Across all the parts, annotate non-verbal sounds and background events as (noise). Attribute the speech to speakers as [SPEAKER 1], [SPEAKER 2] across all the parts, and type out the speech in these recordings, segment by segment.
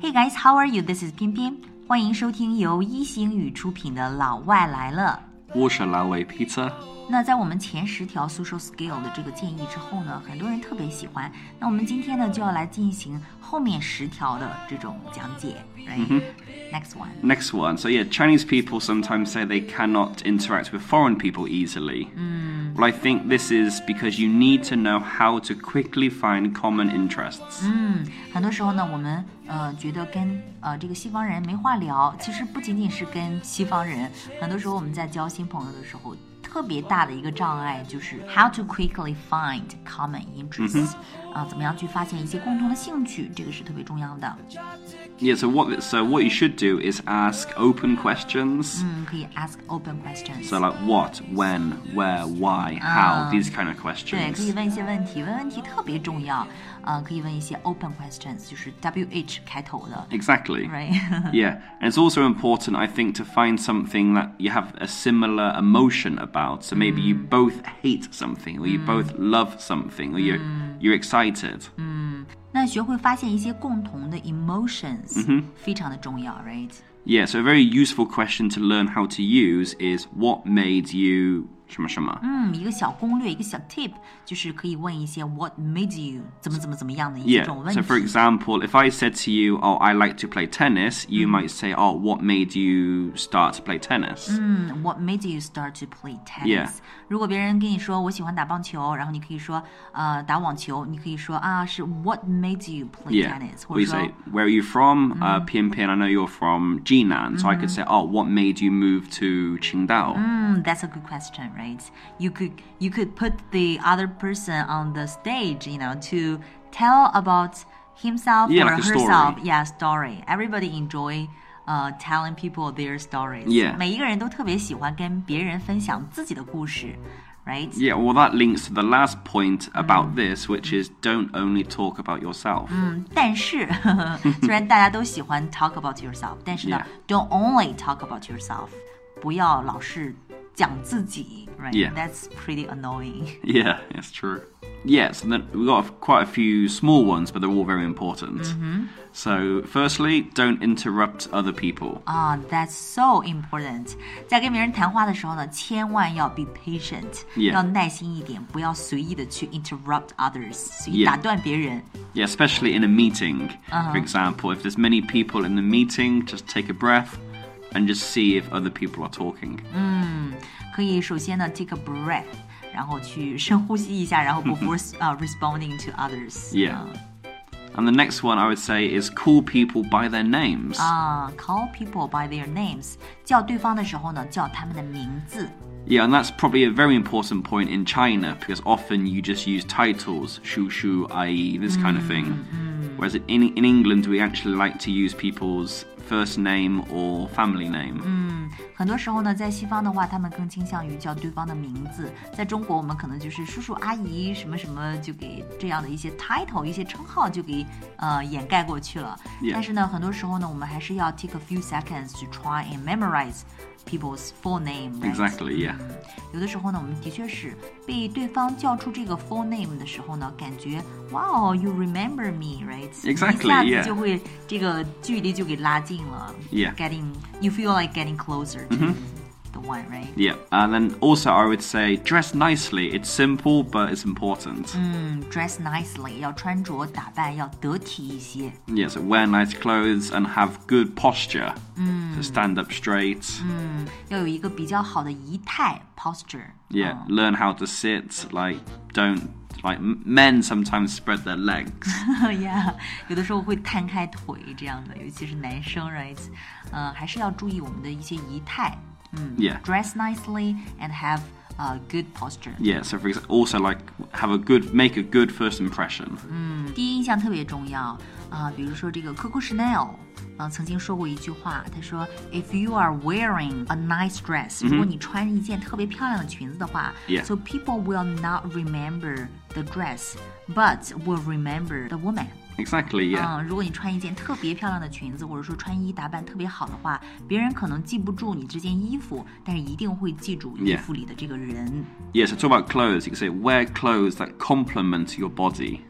[SPEAKER 1] Hey guys, how are you? This is 偏偏，欢迎收听由一星语出品的《老外来了》。
[SPEAKER 2] 我是蓝莓披萨。
[SPEAKER 1] 那在我们前十条 social skill 的这个建议之后呢，很多人特别喜欢。那我们今天呢，就要来进行后面十条的这种讲解。Right? Next one.
[SPEAKER 2] Next one. So, yeah, Chinese people sometimes say they cannot interact with foreign people easily. Well, I think this is because you need to know how to quickly find common interests.
[SPEAKER 1] 很多时候呢，我们呃觉得跟呃这个西方人没话聊，其实不仅仅是跟西方人，很多时候我们在交新朋友的时候，特别大的一个障碍就是 how to quickly find common interests，、啊，怎么样去发现一些共同的兴趣，这个是特别重要的。
[SPEAKER 2] Yeah, so what, so what you should do is ask open questions.
[SPEAKER 1] 嗯，可以 ask open questions。
[SPEAKER 2] So, like what, when, where, why, how, these kind of
[SPEAKER 1] 对，可以
[SPEAKER 2] questions.
[SPEAKER 1] 问一些问题，问问题特别重要，呃，可以问一些 open questions，就是 W H 开头的
[SPEAKER 2] Exactly.
[SPEAKER 1] ，right？ (laughs)
[SPEAKER 2] Yeah, and it's also important, I think, to find something that you have a similar emotion about. So maybe you both hate something, or you both love something, or you're, you're excited.
[SPEAKER 1] 那学会发现一些共同的 emotions，、非常的重要，right？
[SPEAKER 2] Yeah, so a very useful question to learn how to use is what made you. Shema shema.
[SPEAKER 1] 嗯，一个小攻略，一个小 tip，就是可以问一些 What made you 怎么怎么怎么样的一
[SPEAKER 2] Yeah.
[SPEAKER 1] 种问
[SPEAKER 2] So,
[SPEAKER 1] 题。
[SPEAKER 2] for example, if I said to you, "Oh, I like to play tennis," you might say, "Oh, what made you start to play tennis?"
[SPEAKER 1] 嗯，What made you start to play tennis？、
[SPEAKER 2] Yeah.
[SPEAKER 1] 如果别人跟你说我喜欢打棒球，然后你可以说呃打网球，你可以说啊是 What made you play
[SPEAKER 2] Yeah.
[SPEAKER 1] tennis？或
[SPEAKER 2] Or you
[SPEAKER 1] 者说
[SPEAKER 2] say, "Where are you from?" Uh, Pian I know you're from Jinan, so I could say, "Oh, what made you move to Qingdao?"
[SPEAKER 1] 嗯，That's a good question, right? You could you could put the other person on the stage, you know, to tell about himself
[SPEAKER 2] Yeah,
[SPEAKER 1] or
[SPEAKER 2] like a story.
[SPEAKER 1] herself. Yeah, story. Everybody enjoy. 呃、t e l l i n g people their stories.
[SPEAKER 2] Yeah.
[SPEAKER 1] 每一个人都特别喜欢跟别人分享自己的故事，right？
[SPEAKER 2] Yeah. Well, that links to the last point about this, which is don't only talk about yourself.
[SPEAKER 1] 嗯但是 (laughs) 虽然大家都喜欢 talk about yourself，但是呢 don't only talk about yourself，不要老是讲自己，right？、
[SPEAKER 2] Yeah.
[SPEAKER 1] That's pretty annoying.
[SPEAKER 2] (laughs) Yeah, that's true. Yes, and then we've got quite a few small ones, but they're all very important. So, firstly, don't interrupt other people.
[SPEAKER 1] 啊、t h a t s so important。在跟别人谈话的时候呢，千万要 be patient，、
[SPEAKER 2] Yeah.
[SPEAKER 1] 要耐心一点，不要随意的去 interrupt others，随意
[SPEAKER 2] Yeah.
[SPEAKER 1] 打断别人。
[SPEAKER 2] Yeah, especially in a meeting. For example, if there's many people in the meeting, just take a breath and just see if other people are talking.
[SPEAKER 1] 可以首先呢 take a breath，然后去深呼吸一下，然后
[SPEAKER 2] (laughs)
[SPEAKER 1] before 啊、responding to others。
[SPEAKER 2] Yeah.
[SPEAKER 1] 嗯
[SPEAKER 2] And the next one I would say is call people by their names.
[SPEAKER 1] 啊、c a l l people by their names，叫对方的时候呢，叫他们的名字。
[SPEAKER 2] Yeah, and that's probably a very important point in China because often you just use titles, shu shu, i.e., this kind of thing. Whereas in, in England, we actually like to use people's first name or family name.
[SPEAKER 1] 很多时候呢，在西方的话，他们更倾向于叫对方的名字；在中国，我们可能就是叔叔阿姨什么什么，就给这样的一些 title、一些称号就给呃掩盖过去了。
[SPEAKER 2] Yeah.
[SPEAKER 1] 但是呢，很多时候呢，我们还是要 take a few seconds to try and memorize people's full name、
[SPEAKER 2] Exactly, yeah.
[SPEAKER 1] 有的时候呢，我们的确是被对方叫出这个 full name 的时候呢，感觉哇哦，you remember me，right？
[SPEAKER 2] Exactly,
[SPEAKER 1] 一下子
[SPEAKER 2] yeah.
[SPEAKER 1] 就会这个距离就给拉近了。
[SPEAKER 2] Yeah. Mm-hmm
[SPEAKER 1] Getting you feel like getting closer to the one, right?
[SPEAKER 2] Yeah, and then also I would say dress nicely. It's simple, but it's important.
[SPEAKER 1] 嗯，dress nicely，要穿着打扮要得体一些。
[SPEAKER 2] Yeah, so wear nice clothes and have good posture. So stand up straight.
[SPEAKER 1] 要有一个比较好的仪态 posture。 (laughs)
[SPEAKER 2] Yeah, learn how to sit. Like, don't like m- men sometimes spread their legs.
[SPEAKER 1] 呀，有的时候会摊开腿这样的，尤其是男生，right？嗯、还是要注意我们的一些仪态。
[SPEAKER 2] yeah.
[SPEAKER 1] dress nicely and have a good posture.
[SPEAKER 2] Yeah, so for example, also like have a good make a good first impression.
[SPEAKER 1] 第一印象特别重要啊、比如说这个 Coco Chanel 啊、曾经说过一句话，他说 If you are wearing a nice dress，、如果你穿一件特别漂亮的裙子的话
[SPEAKER 2] 嗯 Yeah.
[SPEAKER 1] so people will not remember the dress, but will remember the woman.
[SPEAKER 2] Exactly, yeah.
[SPEAKER 1] 嗯，如果你穿一件特别漂亮的裙子，或者说穿衣打扮特别好的话，别人可能记不住你这件衣服，但是一定会记住衣
[SPEAKER 2] Yeah.
[SPEAKER 1] 服里的这个人。
[SPEAKER 2] Yeah, so talk about clothes. You can say wear clothes that complement your body.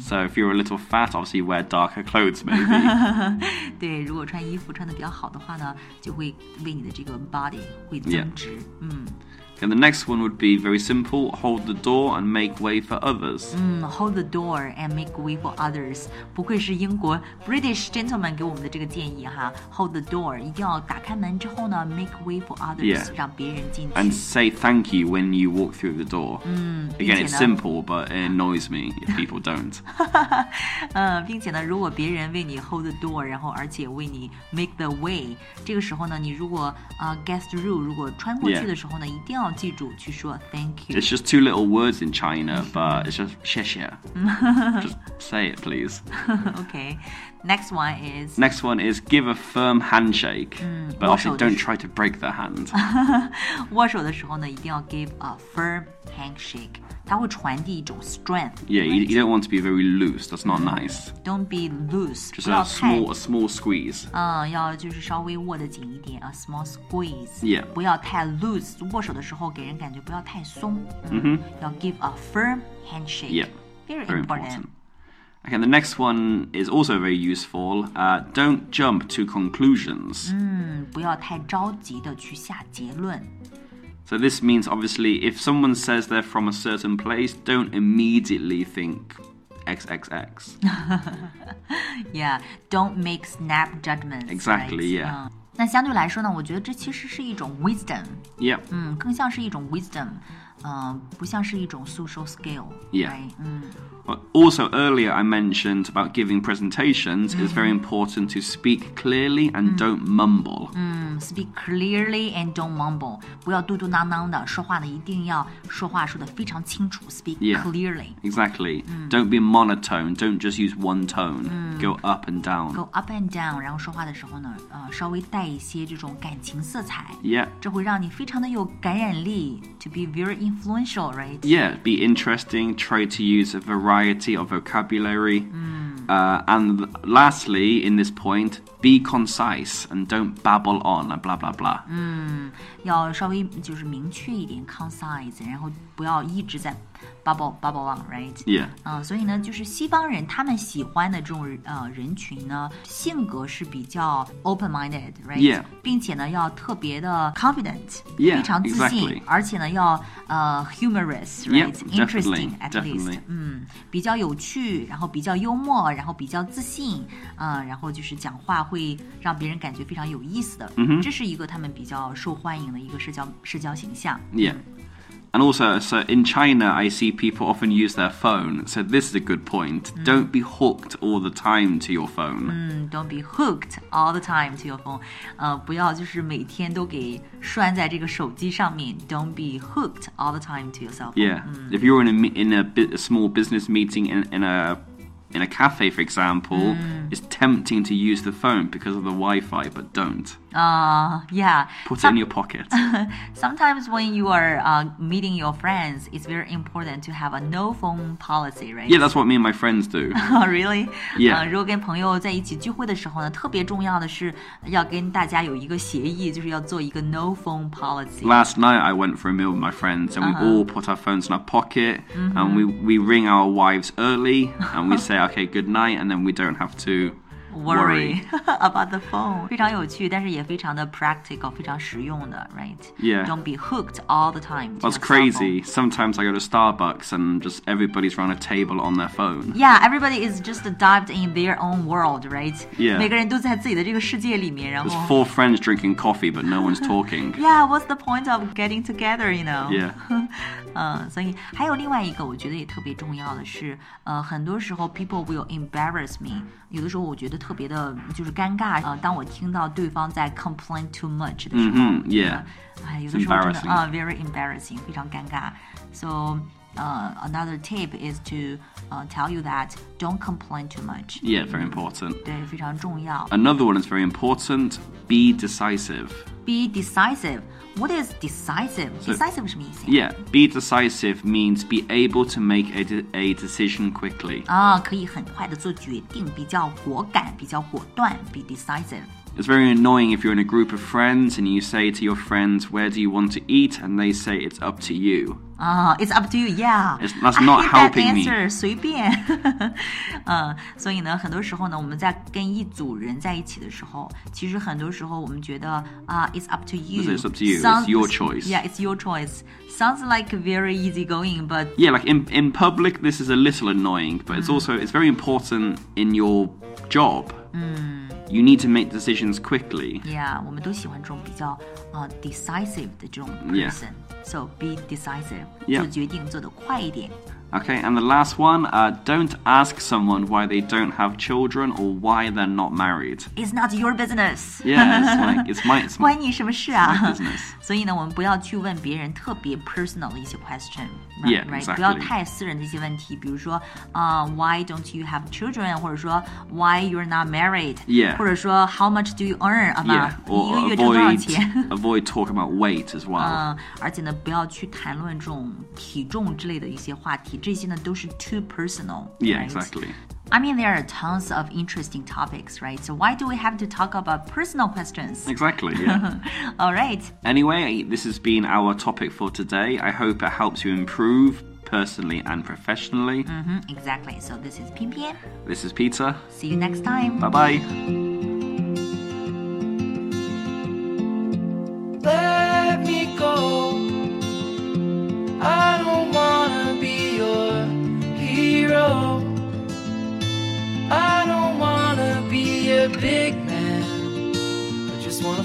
[SPEAKER 2] So if you're a little fat, obviously wear darker clothes maybe.
[SPEAKER 1] 对，如果穿衣服穿的比较好的话呢，就会为你的这个 body 会
[SPEAKER 2] Yeah
[SPEAKER 1] 增值。嗯
[SPEAKER 2] and the next one would be very simple hold the door and make way for others.
[SPEAKER 1] 嗯，hold the door and make way for others，不愧是英国 British gentleman 给我们的这个建议哈。Hold the door，一定要打开门之后呢，make way for others，、
[SPEAKER 2] Yeah
[SPEAKER 1] 让别人进去。
[SPEAKER 2] And say thank you when you walk through the door. Again, it's
[SPEAKER 1] know.
[SPEAKER 2] simple, but it annoys me if people don't.
[SPEAKER 1] 呃，并且呢，如果别人为你 hold the door，然后而且为你 make the way，这个时候呢，你如果啊、get through，如果穿过
[SPEAKER 2] Yeah
[SPEAKER 1] 去的时候呢，一定要记住去说 thank you
[SPEAKER 2] It's。just two little words in China, but it's just Shishia. just say it, please.
[SPEAKER 1] (laughs) OK，next、one is
[SPEAKER 2] Next one is give a firm handshake, but obviously
[SPEAKER 1] also
[SPEAKER 2] don't
[SPEAKER 1] this-
[SPEAKER 2] try to break their hand.
[SPEAKER 1] 握手的时候呢，一定要 give a firm handshake，它会传递一种 strength。
[SPEAKER 2] yeah, you, you don't want to be very loose. That's not nice.
[SPEAKER 1] Don't be loose，
[SPEAKER 2] Just
[SPEAKER 1] 不要
[SPEAKER 2] a
[SPEAKER 1] 太
[SPEAKER 2] small, a small squeeze.
[SPEAKER 1] 嗯，要就是稍微握得紧一点，a small squeeze，、
[SPEAKER 2] Yeah
[SPEAKER 1] 不要太 loose，握手的时候给人感觉不要太松，嗯要 give a firm handshake。
[SPEAKER 2] Yeah,
[SPEAKER 1] Very
[SPEAKER 2] Very
[SPEAKER 1] important.
[SPEAKER 2] important. Okay, the next one is also very useful. Uh, don't jump to conclusions.
[SPEAKER 1] 嗯，不要太着急的去下结论。
[SPEAKER 2] So this means obviously if someone says they're from a certain place, don't immediately think XXX.
[SPEAKER 1] Yeah, don't make snap judgments.
[SPEAKER 2] Exactly,
[SPEAKER 1] right?
[SPEAKER 2] yeah.
[SPEAKER 1] 嗯那相对来说呢，我觉得这其实是一种 wisdom，
[SPEAKER 2] yep.
[SPEAKER 1] 嗯，更像是一种 wisdom，嗯、不像是一种 social skill。
[SPEAKER 2] Yeah.
[SPEAKER 1] right? 嗯
[SPEAKER 2] But Also, earlier I mentioned about giving presentations. It's very important to speak clearly and don't mumble.
[SPEAKER 1] 嗯，speak clearly and don't mumble，不要嘟嘟囔囔的，说话呢一定要说话说的非常清楚，speak
[SPEAKER 2] Yeah.
[SPEAKER 1] clearly。
[SPEAKER 2] Exactly. Don't be monotone. Don't just use one tone. Go up and down.
[SPEAKER 1] Go up and down，然后说话的时候呢，呃，稍微带一些这种感情色彩
[SPEAKER 2] Yeah.
[SPEAKER 1] 这会让你非常的有感染力，to be very influential，right？
[SPEAKER 2] Yeah, be interesting. Try to use a variety of vocabulary. Uh, and lastly, in this point, be concise and don't babble on and blah blah blah.
[SPEAKER 1] 要稍微就是明确一点，concise，然后不要一直在 bubble bubble on，right？
[SPEAKER 2] Yeah.
[SPEAKER 1] 嗯、所以呢，就是西方人他们喜欢的这种呃人群呢，性格是比较 open-minded，right？、
[SPEAKER 2] Yeah
[SPEAKER 1] 并且呢，要特别的 confident，、
[SPEAKER 2] Yeah，
[SPEAKER 1] 非常自信
[SPEAKER 2] exactly
[SPEAKER 1] 而且呢，要呃
[SPEAKER 2] Yeah,
[SPEAKER 1] humorous，right？Interesting、
[SPEAKER 2] definitely,
[SPEAKER 1] at least，
[SPEAKER 2] definitely
[SPEAKER 1] 嗯，比较有趣，然后比较幽默，然后比较自信，嗯、然后就是讲话会让别人感觉非常有意思的，
[SPEAKER 2] 嗯
[SPEAKER 1] 这是一个他们比较受欢迎的一个社交社交形象。
[SPEAKER 2] Yeah. And also, so in China, I see people often use their phone. So this is a good point. Don't be hooked all the time to your phone.
[SPEAKER 1] 嗯，Don't be hooked all the time to your phone，呃，不要就是每天都给拴在这个手机上面。Don't be hooked all the time to your cell phone。
[SPEAKER 2] Yeah. If you're in a me- in a, bu- a small business meeting in, in a in a cafe, for example, it's tempting to use the phone because of the Wi-Fi, but don't.
[SPEAKER 1] 啊、y e a h
[SPEAKER 2] Put it in your pocket. (laughs)
[SPEAKER 1] Sometimes when you are uh, meeting your friends, it's very important to have a no phone policy, right?
[SPEAKER 2] yeah, that's what me and my friends do.
[SPEAKER 1] (laughs) really?
[SPEAKER 2] Yeah.
[SPEAKER 1] 呃如果跟朋友在一起聚会的时候呢，特别重要的是要跟大家有一个协议，就是要做一个 no phone policy。
[SPEAKER 2] Last night I went for a meal with my friends, and we all put our phones in our pocket, and we we ring our wives early, and we say okay, good night, and then we don't have to
[SPEAKER 1] worry (laughs) about the phone，非常有趣，但是也非常的 practical，非常实用的，right?
[SPEAKER 2] Yeah.
[SPEAKER 1] Don't be hooked all the time. to
[SPEAKER 2] That's
[SPEAKER 1] your cell phone.
[SPEAKER 2] crazy. Sometimes I go to Starbucks and just everybody's around a table on their phone.
[SPEAKER 1] Yeah, everybody is just dived in their own world, right?
[SPEAKER 2] Yeah.
[SPEAKER 1] 每个人都在自己的这个世界里面，然
[SPEAKER 2] There's
[SPEAKER 1] 后
[SPEAKER 2] four friends drinking coffee, but no one's talking.
[SPEAKER 1] (laughs) Yeah, what's the point of getting together? You know?
[SPEAKER 2] Yeah.
[SPEAKER 1] (laughs) 嗯，所以还有另外一个，我觉得也特别重要的是，呃，很多时候 people will embarrass me。有的时候我觉得特别的，就是尴尬。呃，当我听到对方在 complain too much 的时候，
[SPEAKER 2] 嗯哼，yeah
[SPEAKER 1] 哎，有的时候真的
[SPEAKER 2] embarrassing
[SPEAKER 1] 啊、v e r y embarrassing，非常尴尬。So，呃、a n o t h e r tip is to，呃、t e l l you that don't complain too much。
[SPEAKER 2] Yeah, very important.
[SPEAKER 1] 对，非常重要。
[SPEAKER 2] Another one that's very important be decisive.
[SPEAKER 1] Be decisive. What is decisive? decisive 什么意思呀？
[SPEAKER 2] Yeah, be decisive means be able to make a, de- a decision quickly.
[SPEAKER 1] 啊，可以很快的做决定，比较果敢，比较果断，be decisive。
[SPEAKER 2] It's very annoying if you're in a group of friends and you say to your friends, Where do you want to eat? and they say, It's up to you.
[SPEAKER 1] 啊、i t s Uh, up to you, yeah.
[SPEAKER 2] It's- that's not
[SPEAKER 1] I hate that
[SPEAKER 2] helping me.
[SPEAKER 1] answer. 随便。 (laughs) 嗯，所以呢，很多时候呢，我们在跟一组人在一起的时候，其实很多时候我们觉得啊、i t s up to you.
[SPEAKER 2] It's up to you. It's
[SPEAKER 1] Sounds-
[SPEAKER 2] your choice.
[SPEAKER 1] Yeah, it's your choice. Sounds like very easy going, but
[SPEAKER 2] Yeah, like in, in public, this is a little annoying, but it's also it's very important in your job. You need to make decisions quickly.
[SPEAKER 1] yeah，我们都喜欢这种比较啊、decisive 的这种
[SPEAKER 2] Yeah.
[SPEAKER 1] person。So be decisive.
[SPEAKER 2] Yeah.
[SPEAKER 1] 做决定做得快一点。
[SPEAKER 2] Okay, and the last one: uh, don't ask someone why they don't have children or why they're not married.
[SPEAKER 1] It's not your business.
[SPEAKER 2] Yeah, it's like it's my it's
[SPEAKER 1] (laughs)
[SPEAKER 2] my
[SPEAKER 1] 关你什么事啊
[SPEAKER 2] It's my business.？
[SPEAKER 1] (laughs) 所以呢，我们不要去问别人特别 personal 的一些 question，
[SPEAKER 2] Yeah,
[SPEAKER 1] right？
[SPEAKER 2] exactly.
[SPEAKER 1] 不要太私人的一些问题，比如说啊、w h y don't you have children？或者说 Why you're not married？、
[SPEAKER 2] Yeah.
[SPEAKER 1] 或者说 How much do you earn a month？、
[SPEAKER 2] yeah,
[SPEAKER 1] 你一个
[SPEAKER 2] or
[SPEAKER 1] 月挣多少
[SPEAKER 2] avoid
[SPEAKER 1] 钱？ (laughs)
[SPEAKER 2] avoid talking about weight as well.
[SPEAKER 1] 嗯，而且呢，不要去谈论这种体重之类的一些话题，这些呢都是 too personal。
[SPEAKER 2] yeah,
[SPEAKER 1] right?
[SPEAKER 2] exactly.
[SPEAKER 1] I mean, there are tons of interesting topics, right? So why do we have to talk about personal questions?
[SPEAKER 2] Exactly.
[SPEAKER 1] (laughs)
[SPEAKER 2] Yeah.
[SPEAKER 1] All right.
[SPEAKER 2] Anyway, this has been our topic for today. I hope it helps you improve personally and professionally.
[SPEAKER 1] hmm exactly. So this is Pian Pian.
[SPEAKER 2] This is Peter.
[SPEAKER 1] See you next time.
[SPEAKER 2] Bye bye.
[SPEAKER 3] let me go. I don't wanna be your hero. I don't wanna be a big man. I just wanna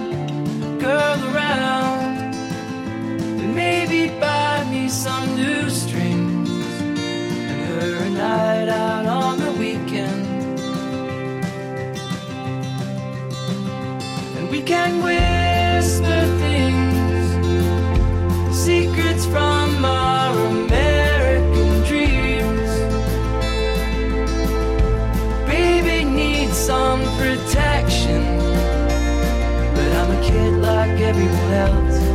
[SPEAKER 3] girl around and maybe buy me some new strings and her a night out on the weekend and we can whisper things secrets from our American dreams. Baby needs some protection, but I'm a kid like everyone else.